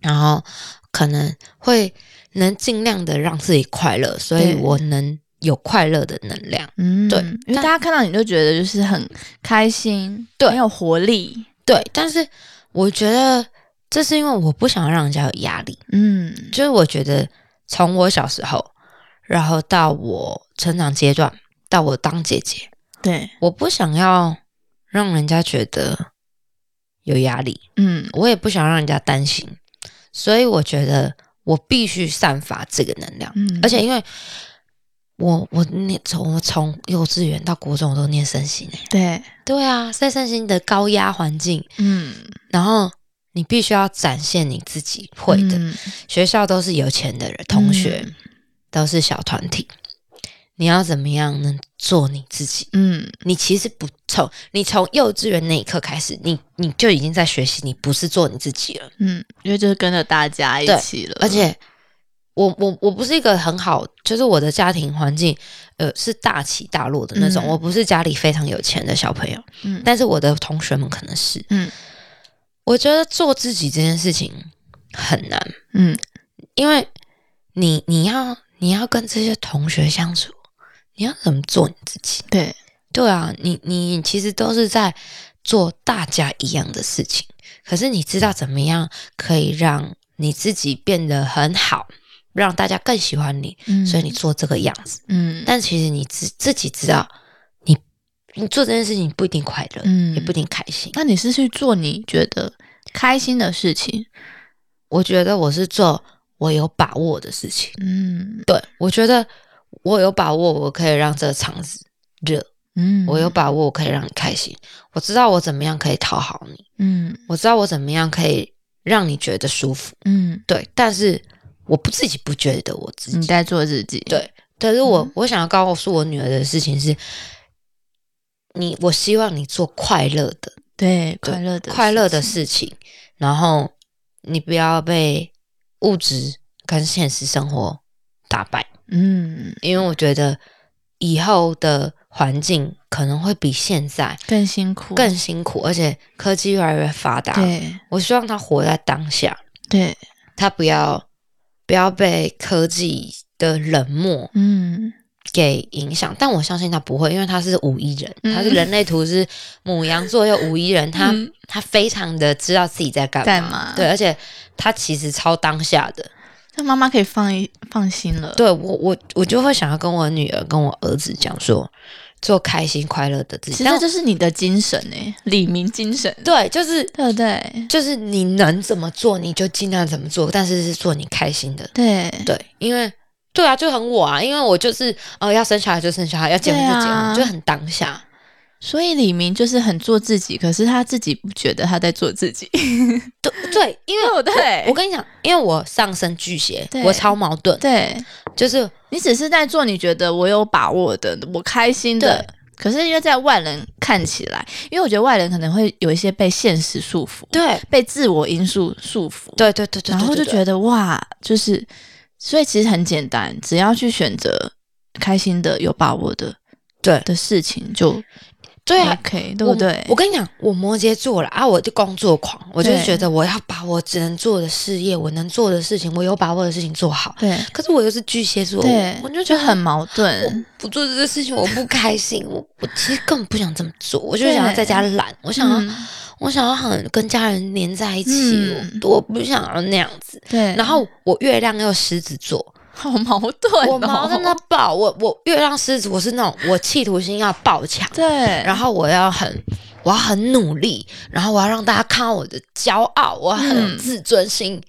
[SPEAKER 3] 然后可能会能尽量的让自己快乐，所以
[SPEAKER 2] 对
[SPEAKER 3] 我能有快乐的能量。
[SPEAKER 2] 嗯，
[SPEAKER 3] 对
[SPEAKER 2] 因为大
[SPEAKER 3] 但
[SPEAKER 2] 家看到你就觉得就是很开心，
[SPEAKER 3] 对
[SPEAKER 2] 很有活力，
[SPEAKER 3] 对，但是我觉得这是因为我不想让人家有压力，
[SPEAKER 2] 嗯
[SPEAKER 3] 就是我觉得从我小时候，然后到我成长阶段，到我当姐姐，
[SPEAKER 2] 对，
[SPEAKER 3] 我不想要让人家觉得有压力，
[SPEAKER 2] 嗯
[SPEAKER 3] 我也不想让人家担心，所以我觉得我必须散发这个能量，
[SPEAKER 2] 嗯，
[SPEAKER 3] 而且因为。我我念从我从幼稚园到国中我都念身心欸诶、
[SPEAKER 2] 对，
[SPEAKER 3] 对啊，在身心的高压环境，
[SPEAKER 2] 嗯，
[SPEAKER 3] 然后你必须要展现你自己会的。
[SPEAKER 2] 嗯
[SPEAKER 3] 学校都是有钱的人，同学、都是小团体，你要怎么样能做你自己？
[SPEAKER 2] 嗯
[SPEAKER 3] 你其实不从你从幼稚园那一刻开始，你你就已经在学习，你不是做你自己了。
[SPEAKER 2] 嗯，因为就是跟着大家一
[SPEAKER 3] 对
[SPEAKER 2] 起了，
[SPEAKER 3] 而且我我我不是一个很好，就是我的家庭环境，呃，是大起大落的那种。
[SPEAKER 2] 嗯
[SPEAKER 3] 我不是家里非常有钱的小朋友，
[SPEAKER 2] 嗯
[SPEAKER 3] 但是我的同学们可能是。
[SPEAKER 2] 嗯
[SPEAKER 3] 我觉得做自己这件事情很难。
[SPEAKER 2] 嗯
[SPEAKER 3] 因为你你要你要跟这些同学相处，你要怎么做你自己？
[SPEAKER 2] 对，
[SPEAKER 3] 对啊，你你其实都是在做大家一样的事情，可是你知道怎么样可以让你自己变得很好，让大家更喜欢你，
[SPEAKER 2] 嗯
[SPEAKER 3] 所以你做这个样子。
[SPEAKER 2] 嗯
[SPEAKER 3] 但其实你自自己知道，你你做这件事情不一定快乐，
[SPEAKER 2] 嗯
[SPEAKER 3] 也不一定开心。
[SPEAKER 2] 那你是去做你觉得开心的事情，
[SPEAKER 3] 我觉得我是做我有把握的事情。
[SPEAKER 2] 嗯
[SPEAKER 3] 对，我觉得我有把握，我可以让这个场子热；
[SPEAKER 2] 嗯，
[SPEAKER 3] 我有把握，我可以让你开心。我知道我怎么样可以讨好你，
[SPEAKER 2] 嗯
[SPEAKER 3] 我知道我怎么样可以让你觉得舒服。
[SPEAKER 2] 嗯，
[SPEAKER 3] 对，但是我不自己不觉得我自
[SPEAKER 2] 你
[SPEAKER 3] 己。
[SPEAKER 2] 在做自己，
[SPEAKER 3] 对但是我、
[SPEAKER 2] 嗯
[SPEAKER 3] 我想要告诉我女儿的事情是，你我希望你做快乐的、
[SPEAKER 2] 对，
[SPEAKER 3] 对
[SPEAKER 2] 快乐的
[SPEAKER 3] 快乐的
[SPEAKER 2] 事
[SPEAKER 3] 事情，然后你不要被物质跟现实生活打败。
[SPEAKER 2] 情，嗯，
[SPEAKER 3] 因为我觉得以后的环境可能会比现在
[SPEAKER 2] 更辛苦，
[SPEAKER 3] 更辛苦，而且科技越来越发达。
[SPEAKER 2] 嗯对
[SPEAKER 3] 我希望他活在当下，
[SPEAKER 2] 对，
[SPEAKER 3] 他不要不要被科技的冷漠
[SPEAKER 2] 嗯。
[SPEAKER 3] 给影响。但我相信他不会，因为他是五一人，
[SPEAKER 2] 嗯
[SPEAKER 3] 他是人类图是母羊座又五一人，他、
[SPEAKER 2] 嗯
[SPEAKER 3] 他非常的知道自己在干嘛。
[SPEAKER 2] 在嘛
[SPEAKER 3] 对，而且他其实超当下的。
[SPEAKER 2] 那妈妈可以放一放心了。
[SPEAKER 3] 对我，我我就会想要跟我女儿、跟我儿子讲说，做开心快乐的自己。
[SPEAKER 2] 其
[SPEAKER 3] 但
[SPEAKER 2] 实这是你的精神哎、李明精神，
[SPEAKER 3] 对，就是
[SPEAKER 2] 对不对？
[SPEAKER 3] 就是你能怎么做你就尽量怎么做，但是是做你开心的。
[SPEAKER 2] 对，
[SPEAKER 3] 对，因为对啊，就很我啊，因为我就是呃要生小孩就生小孩，要结婚就结婚，
[SPEAKER 2] 对啊
[SPEAKER 3] 就很当下。
[SPEAKER 2] 所以李明就是很做自己，可是他自己不觉得他在做自己，
[SPEAKER 3] 对对，因为
[SPEAKER 2] 对不对？
[SPEAKER 3] 我跟你讲，因为我上升巨蟹
[SPEAKER 2] 对，
[SPEAKER 3] 我超矛盾，
[SPEAKER 2] 对
[SPEAKER 3] 就是
[SPEAKER 2] 你只是在做你觉得我有把握的，我开心的。可是因为在外人看起来，因为我觉得外人可能会有一些被现实束缚，
[SPEAKER 3] 对
[SPEAKER 2] 被自我因素束缚，
[SPEAKER 3] 对对对对，
[SPEAKER 2] 然后就觉
[SPEAKER 3] 得
[SPEAKER 2] 得哇，就是，所以其实很简单，只要去选择开心的、有把握的
[SPEAKER 3] 对
[SPEAKER 2] 的事情就
[SPEAKER 3] 对啊。
[SPEAKER 2] OK，对不对
[SPEAKER 3] 我？？我跟你讲，我摩羯座了啊，我就工作狂，我就
[SPEAKER 2] 对
[SPEAKER 3] 觉得我要把我只能做的事业，我能做的事情，我有把握的事情做好。
[SPEAKER 2] 对
[SPEAKER 3] 可是我又是巨蟹座，
[SPEAKER 2] 对
[SPEAKER 3] 我，我就
[SPEAKER 2] 就
[SPEAKER 3] 觉得
[SPEAKER 2] 很矛
[SPEAKER 3] 我
[SPEAKER 2] 盾，
[SPEAKER 3] 不做这个事情，我不开心。我我其实根本不想这么做，我就
[SPEAKER 2] 对
[SPEAKER 3] 想要在家懒，我想要、
[SPEAKER 2] 嗯
[SPEAKER 3] 我想要很跟家人黏在一起，
[SPEAKER 2] 嗯
[SPEAKER 3] 我我不想要那样子。
[SPEAKER 2] 对，
[SPEAKER 3] 然后我月亮又狮子座，
[SPEAKER 2] 好矛盾、哦，
[SPEAKER 3] 我矛盾到爆。我我月亮狮子，我是那种我企图心要爆强，
[SPEAKER 2] 对，
[SPEAKER 3] 然后我要很我要很努力，然后我要让大家看到我的骄傲，我很有
[SPEAKER 2] 嗯
[SPEAKER 3] 自尊心，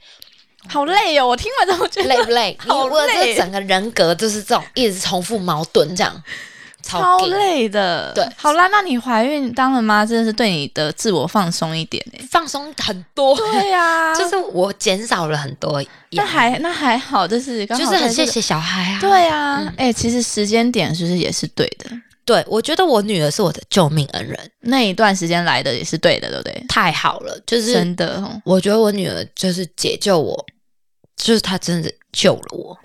[SPEAKER 2] 好累哦，我听完之后觉得
[SPEAKER 3] 累不 累？你
[SPEAKER 2] 好
[SPEAKER 3] 我
[SPEAKER 2] 累
[SPEAKER 3] 这整个人格就是这种一直重复矛盾这样，
[SPEAKER 2] 超
[SPEAKER 3] 劲
[SPEAKER 2] 累的。
[SPEAKER 3] 对
[SPEAKER 2] 好啦，那你怀孕当了妈，真的是对你的自我放松一点哎、
[SPEAKER 3] 放松很多，
[SPEAKER 2] 对呀、
[SPEAKER 3] 就
[SPEAKER 2] 就是
[SPEAKER 3] 是我减少了很多压力，
[SPEAKER 2] 那还那还好，就是刚
[SPEAKER 3] 就
[SPEAKER 2] 好
[SPEAKER 3] 是很
[SPEAKER 2] 在
[SPEAKER 3] 谢
[SPEAKER 2] 这个。
[SPEAKER 3] 谢小孩啊。
[SPEAKER 2] 对呀、啊，哎、其实时间点是不是也是对的？
[SPEAKER 3] 对，我觉得我女儿是我的救命恩人，
[SPEAKER 2] 那一段时间来的也是对的，对不对？
[SPEAKER 3] 太好了，就是
[SPEAKER 2] 真的哦，
[SPEAKER 3] 我觉得我女儿就是解救我，就是她真的救了我，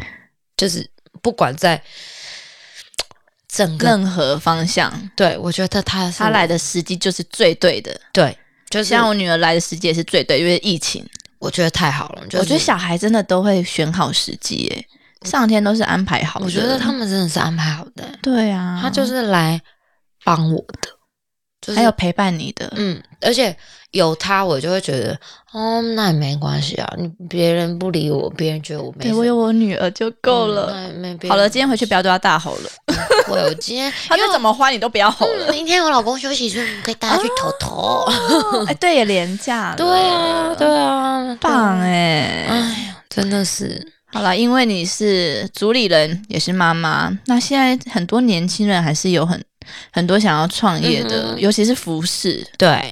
[SPEAKER 3] 就是不管在整个
[SPEAKER 2] 任何方向，
[SPEAKER 3] 对我觉得她是
[SPEAKER 2] 她
[SPEAKER 3] 我
[SPEAKER 2] 来的时机就是最对的。
[SPEAKER 3] 对，就是
[SPEAKER 2] 像我女儿来的时机也是最对，因为疫情，
[SPEAKER 3] 我觉得太好了，就是
[SPEAKER 2] 我觉得小孩真的都会选好时机，耶，上天都是安排好的。
[SPEAKER 3] 我觉得他们真的是安排好的、
[SPEAKER 2] 对啊，
[SPEAKER 3] 她就是来帮我的，就是
[SPEAKER 2] 还有陪伴你的，
[SPEAKER 3] 嗯，而且有他，我就会觉得，哦，那也没关系啊，你别人不理我，别人觉得我没
[SPEAKER 2] 对
[SPEAKER 3] 什
[SPEAKER 2] 我
[SPEAKER 3] 么
[SPEAKER 2] 有我女儿就够
[SPEAKER 3] 嗯
[SPEAKER 2] 了。
[SPEAKER 3] 那没别
[SPEAKER 2] 好了，
[SPEAKER 3] 人嗯
[SPEAKER 2] 今天回去不要对她大吼了，
[SPEAKER 3] 不会，我 今天
[SPEAKER 2] 她就怎么花你都不要吼
[SPEAKER 3] 嗯
[SPEAKER 2] 了。
[SPEAKER 3] 明天我老公休息，所以我们可以大家去投投。
[SPEAKER 2] 哎， 对，也廉价了。
[SPEAKER 3] 对啊，对啊，
[SPEAKER 2] 棒
[SPEAKER 3] 对啊
[SPEAKER 2] 哎、
[SPEAKER 3] 哎呀，真的是，
[SPEAKER 2] 好了，因为你是主理人，也是妈妈，那现在很多年轻人还是有很很多想要创业的，
[SPEAKER 3] 嗯哼
[SPEAKER 2] 尤其是服饰。
[SPEAKER 3] 对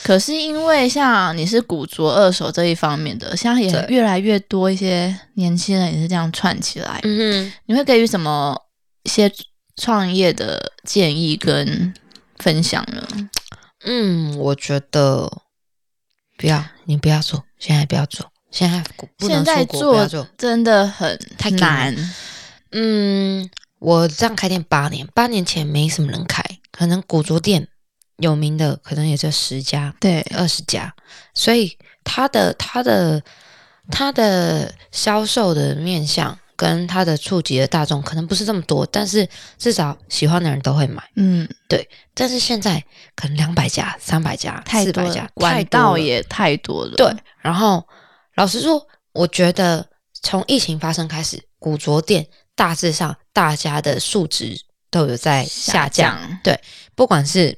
[SPEAKER 2] 可是因为像你是古着二手这一方面的，现在也
[SPEAKER 3] 对
[SPEAKER 2] 越来越多一些年轻人也是这样串起来。
[SPEAKER 3] 嗯哼，
[SPEAKER 2] 你会给予什么一些创业的建议跟分享呢？
[SPEAKER 3] 嗯，我觉得不要，你不要做，现在不要做，现在不不
[SPEAKER 2] 现
[SPEAKER 3] 能
[SPEAKER 2] 在
[SPEAKER 3] 出国，不要
[SPEAKER 2] 做
[SPEAKER 3] 做。
[SPEAKER 2] 真的很
[SPEAKER 3] 太
[SPEAKER 2] 难，
[SPEAKER 3] 嗯，我这样开店八年，八年前没什么人开，可能古着店有名的可能也就十家、
[SPEAKER 2] 对
[SPEAKER 3] 二十家，所以它的它的它的销售的面向跟它的触及的大众可能不是这么多，但是至少喜欢的人都会买。
[SPEAKER 2] 嗯，
[SPEAKER 3] 但是现在可能两百家、三百家、
[SPEAKER 2] 太
[SPEAKER 3] 四
[SPEAKER 2] 多
[SPEAKER 3] 百
[SPEAKER 2] 了
[SPEAKER 3] 家，太
[SPEAKER 2] 管
[SPEAKER 3] 多
[SPEAKER 2] 道
[SPEAKER 3] 了
[SPEAKER 2] 也太多了，
[SPEAKER 3] 对，然后老实说，我觉得从疫情发生开始，古着店大致上大家的数值都有在下降，
[SPEAKER 2] 降，
[SPEAKER 3] 不管是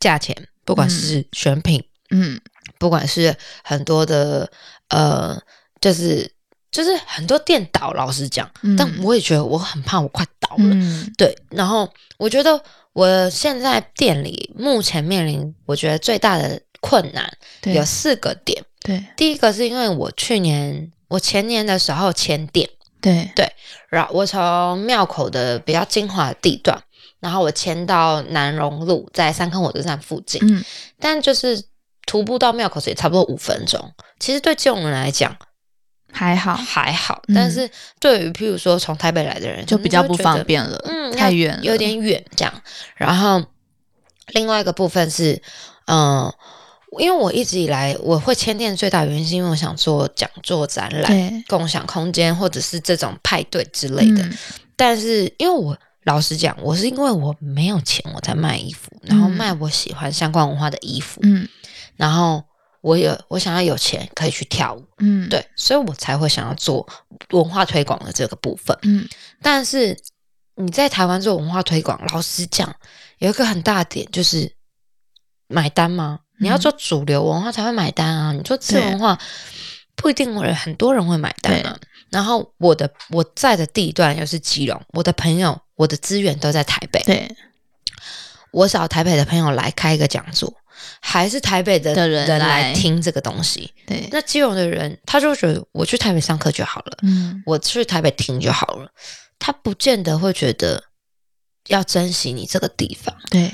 [SPEAKER 3] 价钱，不管是选品，
[SPEAKER 2] 嗯，
[SPEAKER 3] 不管是很多的呃，就是就是很多店倒。老实讲，
[SPEAKER 2] 嗯
[SPEAKER 3] 但我也觉得我很怕，我快倒了。
[SPEAKER 2] 嗯
[SPEAKER 3] 对，然后我觉得我现在店里目前面临，我觉得最大的困难
[SPEAKER 2] 对
[SPEAKER 3] 有四个点。
[SPEAKER 2] 对
[SPEAKER 3] 第一个是因为我去年我前年的时候签店，
[SPEAKER 2] 对
[SPEAKER 3] 然后我从庙口的比较精华的地段，然后我签到南荣路，在三坑火车站附近，
[SPEAKER 2] 嗯
[SPEAKER 3] 但就是徒步到庙口也差不多五分钟。其实对这种人来讲
[SPEAKER 2] 还好，
[SPEAKER 3] 还好，
[SPEAKER 2] 嗯
[SPEAKER 3] 但是对于譬如说从台北来的人，
[SPEAKER 2] 就比较不方
[SPEAKER 3] 便。
[SPEAKER 2] 便了，
[SPEAKER 3] 嗯
[SPEAKER 2] 太
[SPEAKER 3] 要
[SPEAKER 2] 远了，
[SPEAKER 3] 有点远这样。然后另外一个部分是，嗯、因为我一直以来我会签店最大原因是因为我想做讲座、展览、
[SPEAKER 2] 对
[SPEAKER 3] 共享空间或者是这种派对之类的。
[SPEAKER 2] 嗯
[SPEAKER 3] 但是因为我老实讲，我是因为我没有钱我才卖衣服，然后
[SPEAKER 2] 嗯
[SPEAKER 3] 卖我喜欢相关文化的衣服，
[SPEAKER 2] 嗯
[SPEAKER 3] 然后。我有，我想要有钱可以去跳舞，
[SPEAKER 2] 嗯，
[SPEAKER 3] 对，所以我才会想要做文化推广的这个部分。
[SPEAKER 2] 嗯
[SPEAKER 3] 但是你在台湾做文化推广，老实讲，有一个很大的点就是买单吗？
[SPEAKER 2] 嗯
[SPEAKER 3] 你要做主流文化才会买单啊！你做次
[SPEAKER 2] 对
[SPEAKER 3] 文化，不一定会有人很多人会买单啊。然后我的我在的地段又是基隆，我的朋友、我的资源都在台北。
[SPEAKER 2] 对
[SPEAKER 3] 我找台北的朋友来开一个讲座，还是台北的
[SPEAKER 2] 的人来
[SPEAKER 3] 来听这个东西。
[SPEAKER 2] 对，
[SPEAKER 3] 那基隆的人他就会觉得我去台北上课就好了。
[SPEAKER 2] 嗯，
[SPEAKER 3] 我去台北听就好了。他不见得会觉得要珍惜你这个地方。
[SPEAKER 2] 对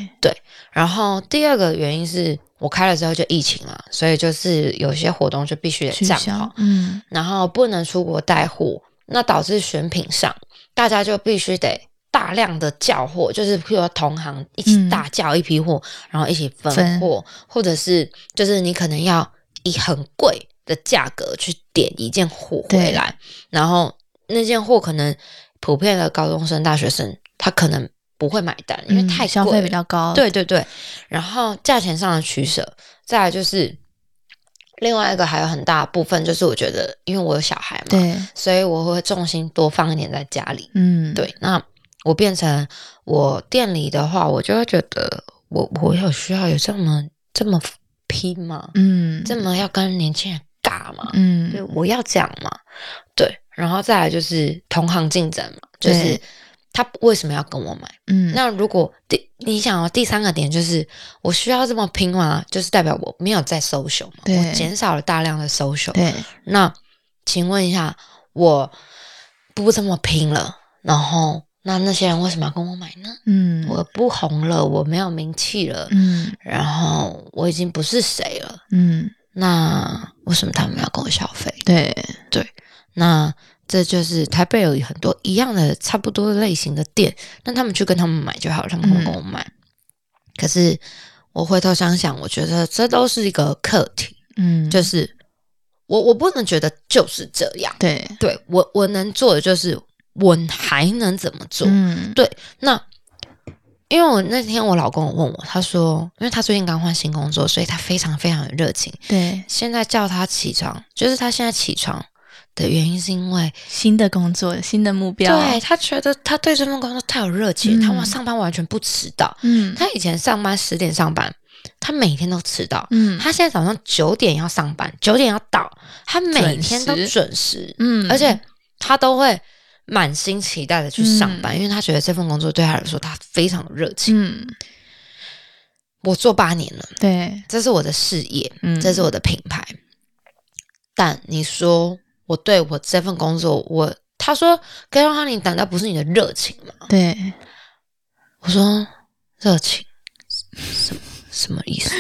[SPEAKER 3] 然后第二个原因是我开了之后就疫情嘛，所以就是有些活动就必须得
[SPEAKER 2] 取
[SPEAKER 3] 暂
[SPEAKER 2] 消
[SPEAKER 3] 缓，，
[SPEAKER 2] 嗯，
[SPEAKER 3] 然后不能出国带货，那导致选品上大家就必须得。大量的叫货，就是譬如说同行
[SPEAKER 2] 嗯
[SPEAKER 3] 一起大叫一批货，然后一起
[SPEAKER 2] 分
[SPEAKER 3] 分货，或者是就是你可能要以很贵的价格去点一件货
[SPEAKER 2] 对
[SPEAKER 3] 回来，然后那件货可能普遍的高中生、大学生他可能不会买单，因为
[SPEAKER 2] 嗯
[SPEAKER 3] 太贵了、
[SPEAKER 2] 消费比较高，
[SPEAKER 3] 对对对，然后价钱上的取舍，再来就是另外一个还有很大的部分就是我觉得，因为我有小孩嘛，
[SPEAKER 2] 对，
[SPEAKER 3] 所以我会重心多放一点在家里。
[SPEAKER 2] 嗯，
[SPEAKER 3] 对，那我变成我店里的话，我就会觉得我我有需要有这么这么拼吗？
[SPEAKER 2] 嗯，
[SPEAKER 3] 这么要跟年轻人尬吗？对，
[SPEAKER 2] 嗯，
[SPEAKER 3] 我要讲嘛，对，然后再来就是同行竞争嘛，就是
[SPEAKER 2] 对
[SPEAKER 3] 他为什么要跟我买？
[SPEAKER 2] 嗯，
[SPEAKER 3] 那如果第你想哦，第三个点就是我需要这么拼吗？就是代表我没有在 social 嘛，
[SPEAKER 2] 对
[SPEAKER 3] 我减少了大量的 social。
[SPEAKER 2] 对
[SPEAKER 3] 那请问一下，我不这么拼了，然后那那些人为什么要跟我买呢？
[SPEAKER 2] 嗯，
[SPEAKER 3] 我不红了，我没有名气了，
[SPEAKER 2] 嗯
[SPEAKER 3] 然后我已经不是谁了，
[SPEAKER 2] 嗯，
[SPEAKER 3] 那为什么他们要跟我消费？
[SPEAKER 2] 对
[SPEAKER 3] 那这就是台北有很多一样的、差不多类型的店，那他们去跟他们买就好了，他
[SPEAKER 2] 嗯
[SPEAKER 3] 们会跟我买。可是我回头想想，我觉得这都是一个课题，
[SPEAKER 2] 嗯，
[SPEAKER 3] 就是我我不能觉得就是这样，
[SPEAKER 2] 对，
[SPEAKER 3] 对我我能做的就是我还能怎么做？
[SPEAKER 2] 嗯
[SPEAKER 3] 那因为我那天我老公有问我，他说，因为他最近刚换新工作，所以他非常非常有热情。
[SPEAKER 2] 对，
[SPEAKER 3] 现在叫他起床，就是他现在起床的原因是因为
[SPEAKER 2] 新的工作，新的目标，
[SPEAKER 3] 对，他觉得他对这份工作太有热情，他
[SPEAKER 2] 嗯
[SPEAKER 3] 晚上班完全不迟到。
[SPEAKER 2] 嗯
[SPEAKER 3] 他以前上班十点上班，他每天都迟到。
[SPEAKER 2] 嗯
[SPEAKER 3] 他现在早上九点要上班，九点要到，他每天都
[SPEAKER 2] 准时
[SPEAKER 3] 准时，
[SPEAKER 2] 嗯，
[SPEAKER 3] 而且他都会满心期待的去上班，因为他觉得这份工作对他来说他非常有热情。
[SPEAKER 2] 嗯，
[SPEAKER 3] 我做八年了，
[SPEAKER 2] 对，
[SPEAKER 3] 这是我的事业，
[SPEAKER 2] 嗯，
[SPEAKER 3] 这是我的品牌。但你说我对我这份工作，我他说 g a r h o n e y 难道不是你的热情吗？
[SPEAKER 2] 对
[SPEAKER 3] 我说热情什么什么意思？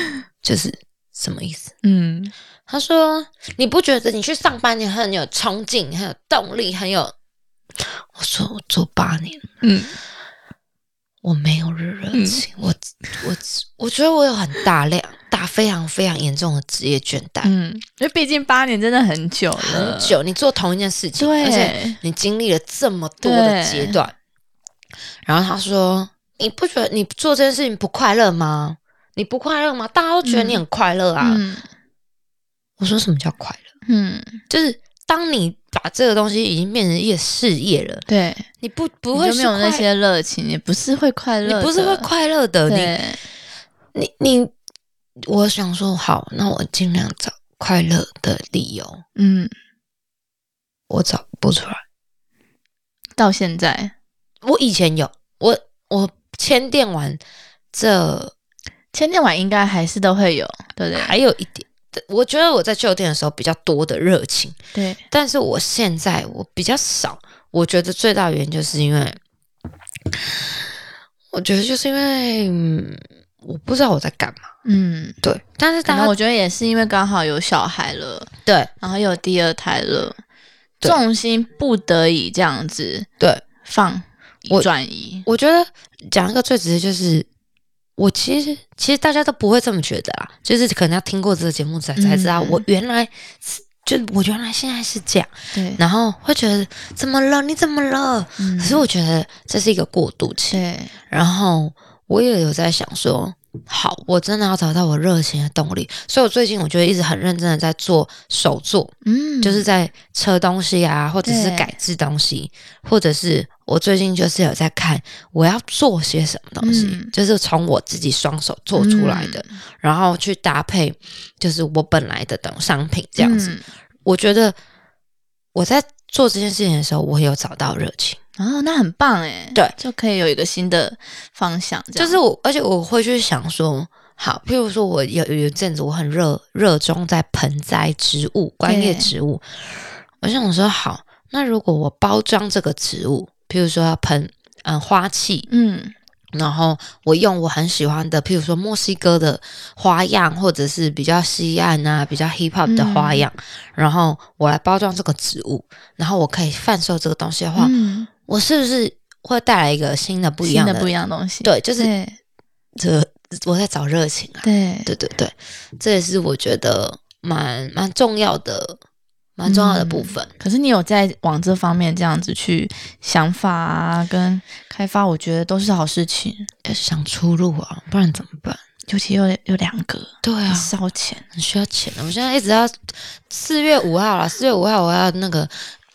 [SPEAKER 3] 就是什么意思？
[SPEAKER 2] 嗯
[SPEAKER 3] 他说你不觉得你去上班你很有冲劲，你很有动力，很有……我说我做八年，
[SPEAKER 2] 嗯
[SPEAKER 3] 我没有热热情，我我我觉得我有很大量大非常非常严重的职业倦怠。
[SPEAKER 2] 嗯，因为毕竟八年真的很久了，
[SPEAKER 3] 很，久，你做同一件事情，而且
[SPEAKER 2] 呃对，
[SPEAKER 3] 你经历了这么多的阶段。然后他说：“你不觉得你做这件事情不快乐吗？你不快乐吗？大家都觉得你很快乐啊。
[SPEAKER 2] 嗯
[SPEAKER 3] 我说：“什么叫快乐？
[SPEAKER 2] 嗯，
[SPEAKER 3] 就是当你把这个东西已经变成一个事业了，
[SPEAKER 2] 对，
[SPEAKER 3] 你不不
[SPEAKER 2] 不
[SPEAKER 3] 会
[SPEAKER 2] 会
[SPEAKER 3] 是
[SPEAKER 2] 没有那
[SPEAKER 3] 快，
[SPEAKER 2] 些热情，也不是会快乐，
[SPEAKER 3] 你不是会，快乐的。你
[SPEAKER 2] 对，
[SPEAKER 3] 你你，我想说好，那我尽量找快乐的理由，
[SPEAKER 2] 嗯，
[SPEAKER 3] 我找不出来。
[SPEAKER 2] 到现在
[SPEAKER 3] 我以前有，我我签订完这
[SPEAKER 2] 签电晚应该还是都会有，对不对？
[SPEAKER 3] 还有一点，我觉得我在旧店的时候比较多的热情，
[SPEAKER 2] 对，
[SPEAKER 3] 但是我现在我比较少。我觉得最大原因就是因为，我觉得就是因为、嗯、我不知道我在干嘛。
[SPEAKER 2] 嗯，
[SPEAKER 3] 对，但是
[SPEAKER 2] 可
[SPEAKER 3] 大
[SPEAKER 2] 能
[SPEAKER 3] 家
[SPEAKER 2] 我觉得也是因为刚好有小孩了，
[SPEAKER 3] 对
[SPEAKER 2] 然后有第二胎了，
[SPEAKER 3] 对
[SPEAKER 2] 重心不得已这样子
[SPEAKER 3] 对，
[SPEAKER 2] 放
[SPEAKER 3] 我
[SPEAKER 2] 转移，
[SPEAKER 3] 我觉得讲一个最直接就是。我其实其实大家都不会这么觉得啦，就是可能要听过这个节目才才知道，
[SPEAKER 2] 嗯
[SPEAKER 3] 我原来是就我原来现在是这样，
[SPEAKER 2] 对，
[SPEAKER 3] 然后会觉得怎么了？你怎么了？
[SPEAKER 2] 嗯
[SPEAKER 3] 可是我觉得这是一个过渡期，
[SPEAKER 2] 对，
[SPEAKER 3] 然后我也有在想说，好，我真的要找到我热情的动力，所以我最近我就一直很认真的在做手作，
[SPEAKER 2] 嗯，
[SPEAKER 3] 就是在车东西啊，或者是
[SPEAKER 2] 对
[SPEAKER 3] 改制东西，或者是我最近就是有在看我要做些什么东西，
[SPEAKER 2] 嗯
[SPEAKER 3] 就是从我自己双手做出来的，然后去搭配就是我本来的等商品这样子。
[SPEAKER 2] 嗯
[SPEAKER 3] 我觉得我在做这件事情的时候，我有找到热情，
[SPEAKER 2] 哦，那很棒哎，
[SPEAKER 3] 对，
[SPEAKER 2] 就可以有一个新的方向，这
[SPEAKER 3] 就
[SPEAKER 2] 样
[SPEAKER 3] 是我，而且我会去想说，好，譬如说我有有一阵子我很热热衷在盆栽植物、观叶
[SPEAKER 2] 对
[SPEAKER 3] 植物，我想说好，那如果我包装这个植物，譬如说盆嗯花器，
[SPEAKER 2] 嗯
[SPEAKER 3] 然后我用我很喜欢的，譬如说墨西哥的花样，或者是比较西岸啊、比较 hip hop 的
[SPEAKER 2] 嗯
[SPEAKER 3] 花样，然后我来包装这个植物，然后我可以贩售这个东西的话，
[SPEAKER 2] 嗯，
[SPEAKER 3] 我是不是会带来一个新的不一样
[SPEAKER 2] 新
[SPEAKER 3] 的？
[SPEAKER 2] 的不一样的东西，
[SPEAKER 3] 对，就是
[SPEAKER 2] 对
[SPEAKER 3] 这我在找热情啊。
[SPEAKER 2] 对
[SPEAKER 3] 对对对，这也是我觉得蛮蛮重要的、蛮重要的部分。
[SPEAKER 2] 可是你有在往这方面这样子去想法啊，跟开发，我觉得都是好事情，
[SPEAKER 3] 要想出路啊，不然怎么办？
[SPEAKER 2] 尤其又有两个
[SPEAKER 3] 对啊
[SPEAKER 2] 很，烧钱，
[SPEAKER 3] 很需要钱啊的。我现在一直要四月五号啦，四月五号我要那个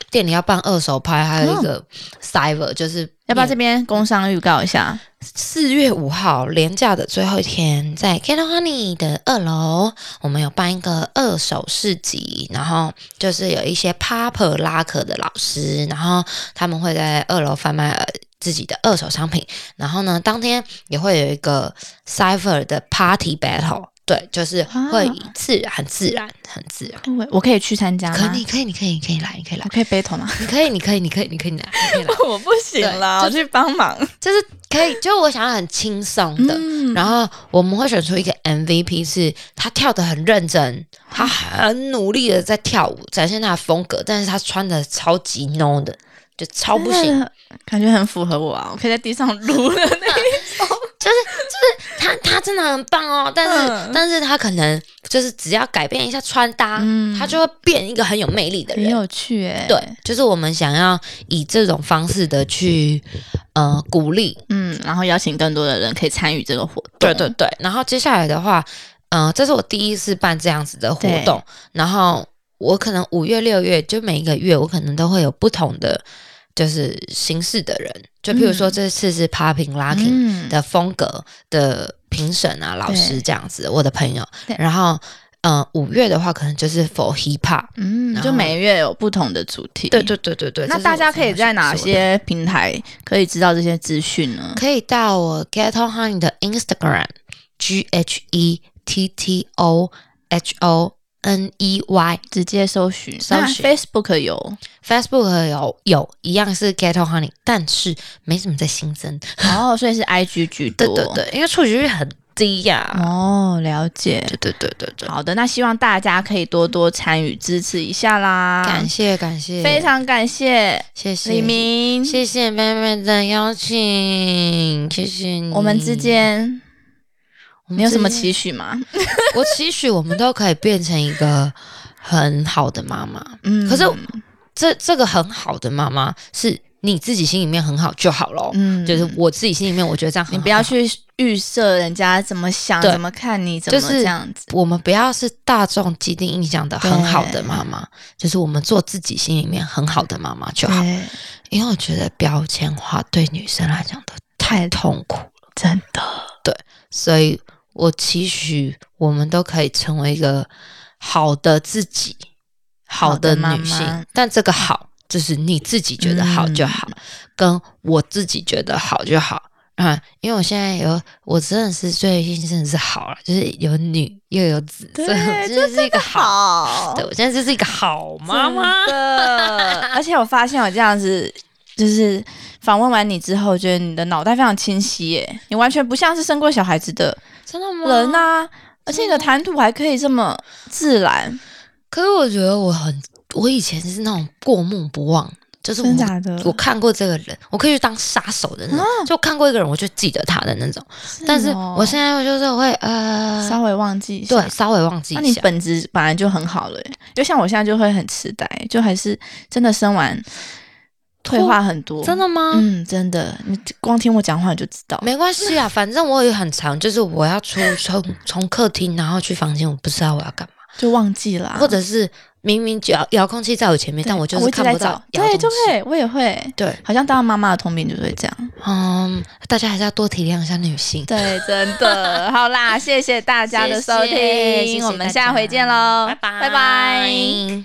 [SPEAKER 3] 店里要办二手拍，还有一个 cyber，、就是
[SPEAKER 2] 要不要这
[SPEAKER 3] 年
[SPEAKER 2] 边工商预告一下？
[SPEAKER 3] 四月五号廉价的最后一天，在 Get Honey 的二楼，我们有办一个二手市集，然后就是有一些 Pop 拉客的老师，然后他们会在二楼贩卖。呃自己的二手商品，然后呢，当天也会有一个 Cipher 的 Party Battle，对，就是会以自然、很自然、很自然。
[SPEAKER 2] 哦我我可以去参加吗？
[SPEAKER 3] 可以，你可以，你可以，你可以来，你可以来
[SPEAKER 2] 我，可以 battle 吗？
[SPEAKER 3] 你可以，你可以，你可以，你可以来，你可以来，
[SPEAKER 2] 我不行啦，
[SPEAKER 3] 对
[SPEAKER 2] 我去帮忙。
[SPEAKER 3] 就是可以，就是我想要很轻松的。
[SPEAKER 2] 嗯
[SPEAKER 3] 然后我们会选出一个 MVP，是他跳得很认真，
[SPEAKER 2] 啊
[SPEAKER 3] 他很努力的在跳舞，展现他的风格，但是他穿的超级 no 的，就超不行。
[SPEAKER 2] 真的，感觉很符合我啊！我可以在地上撸的那个。
[SPEAKER 3] 他他真的很棒哦，但是、
[SPEAKER 2] 嗯
[SPEAKER 3] 但是他可能就是只要改变一下穿搭，
[SPEAKER 2] 嗯
[SPEAKER 3] 他就会变一个很有魅力的
[SPEAKER 2] 很
[SPEAKER 3] 人。
[SPEAKER 2] 有趣哎、
[SPEAKER 3] 对，，就是我们想要以这种方式的去呃鼓励，
[SPEAKER 2] 嗯，然后邀请更多的人可以参与这个活动。
[SPEAKER 3] 对对对，然后接下来的话，嗯、这是我第一次办这样子的活动，然后我可能五月、六月就每一个月，我可能都会有不同的就是形式的人，就譬如说
[SPEAKER 2] 嗯
[SPEAKER 3] 这次是 popping locking
[SPEAKER 2] 嗯，
[SPEAKER 3] 的风格的评审啊，老
[SPEAKER 2] 对
[SPEAKER 3] 师这样子，我的朋友
[SPEAKER 2] 对，
[SPEAKER 3] 然后嗯，五、月的话可能就是 for hip hop，
[SPEAKER 2] 嗯，
[SPEAKER 3] 然
[SPEAKER 2] 就
[SPEAKER 3] 后
[SPEAKER 2] 每个月有不同的主题。
[SPEAKER 3] 对对对对对，
[SPEAKER 2] 那
[SPEAKER 3] 这是
[SPEAKER 2] 大
[SPEAKER 3] 我
[SPEAKER 2] 家
[SPEAKER 3] 之
[SPEAKER 2] 可以
[SPEAKER 3] 前
[SPEAKER 2] 在哪
[SPEAKER 3] 说的？
[SPEAKER 2] 些平台可以知道这些资讯呢？
[SPEAKER 3] 可以到我 Ghetto Honey 的 Instagram G H E T T O H O N E Y
[SPEAKER 2] 直接搜寻，
[SPEAKER 3] 搜
[SPEAKER 2] 那
[SPEAKER 3] 寻
[SPEAKER 2] Facebook 有
[SPEAKER 3] Facebook 有有一样是 Ghetto Honey，但是没什么在新增。
[SPEAKER 2] 哦，所以是 IG 居
[SPEAKER 3] 对
[SPEAKER 2] 多。
[SPEAKER 3] 对对，因为触及率很低呀、
[SPEAKER 2] 哦，了解。
[SPEAKER 3] 对对对对对，
[SPEAKER 2] 好的，那希望大家可以多多参与支持一下啦，
[SPEAKER 3] 感谢感谢，
[SPEAKER 2] 非常感谢
[SPEAKER 3] 谢谢
[SPEAKER 2] 李明，
[SPEAKER 3] 谢谢妹妹的邀请，谢谢你。
[SPEAKER 2] 我们之间
[SPEAKER 3] 我们之间，
[SPEAKER 2] 你有什么期许吗？
[SPEAKER 3] 我期许我们都可以变成一个很好的妈妈。
[SPEAKER 2] 嗯
[SPEAKER 3] 可是这这个很好的妈妈是你自己心里面很好就好咯。
[SPEAKER 2] 嗯
[SPEAKER 3] 就是我自己心里面，我觉得这样 很
[SPEAKER 2] 你
[SPEAKER 3] 好
[SPEAKER 2] 不要。去预设人家怎么想、
[SPEAKER 3] 对
[SPEAKER 2] 怎么看你，怎
[SPEAKER 3] 就
[SPEAKER 2] 么
[SPEAKER 3] 是
[SPEAKER 2] 这样子。
[SPEAKER 3] 我们不要是大众既定印象的很好
[SPEAKER 2] 对
[SPEAKER 3] 的妈妈，就是我们做自己心里面很好的妈妈就好。
[SPEAKER 2] 对，
[SPEAKER 3] 因为我觉得标签化对女生来讲都太痛苦，
[SPEAKER 2] 真的，
[SPEAKER 3] 所以我期许我们都可以成为一个好的自己，好的
[SPEAKER 2] 好的妈
[SPEAKER 3] 女
[SPEAKER 2] 妈
[SPEAKER 3] 性。但这个好，就是你自己觉得好就好，跟我自己觉得好就好。啊，因为我现在有，我真的是最近真的是好了，就是有女又有子，所以我真的是一个好。
[SPEAKER 2] 好
[SPEAKER 3] 对，我现在就是一个好妈妈。
[SPEAKER 2] 的。 而且我发现我这样子。就是访问完你之后，觉得你的脑袋非常清晰耶，你完全不像是生过小孩子的
[SPEAKER 3] 真的
[SPEAKER 2] 人呐、
[SPEAKER 3] 嗯
[SPEAKER 2] 而且你的谈吐还可以这么自然，
[SPEAKER 3] 可是我觉得我很，我以前是那种过目不忘，就是我
[SPEAKER 2] 真假的啊
[SPEAKER 3] 我看过这个人，我可以去当杀手的那种，就看过一个人我就记得他的那种。但是
[SPEAKER 2] 哦
[SPEAKER 3] 我现在就是会呃，
[SPEAKER 2] 稍微忘记一下
[SPEAKER 3] 对，稍微忘记
[SPEAKER 2] 那
[SPEAKER 3] 一
[SPEAKER 2] 你
[SPEAKER 3] 下。
[SPEAKER 2] 本质本来就很好了耶，就像我现在就会很痴呆，就还是真的生完退化很多，
[SPEAKER 3] 真的吗？
[SPEAKER 2] 嗯，真的，你光听我讲话你就知道。
[SPEAKER 3] 没关系 啊，反正我也很长，就是我要出从从客厅，然后去房间，我不知道我要干嘛，
[SPEAKER 2] 就忘记了啊、
[SPEAKER 3] 或者是明明遥遥控器在我前面，但我就是
[SPEAKER 2] 一直
[SPEAKER 3] 看
[SPEAKER 2] 在
[SPEAKER 3] 不到
[SPEAKER 2] 找，
[SPEAKER 3] 遥
[SPEAKER 2] 对，
[SPEAKER 3] 控器
[SPEAKER 2] 就会，我也会，
[SPEAKER 3] 对，
[SPEAKER 2] 好像当妈妈的通病就是会这样。
[SPEAKER 3] 嗯，大家还是要多体谅一下女性。
[SPEAKER 2] 对，真的。好啦，谢谢大家的收听，
[SPEAKER 3] 谢谢谢谢
[SPEAKER 2] 我们
[SPEAKER 3] 大家
[SPEAKER 2] 下回见喽，
[SPEAKER 3] 拜拜
[SPEAKER 2] 拜拜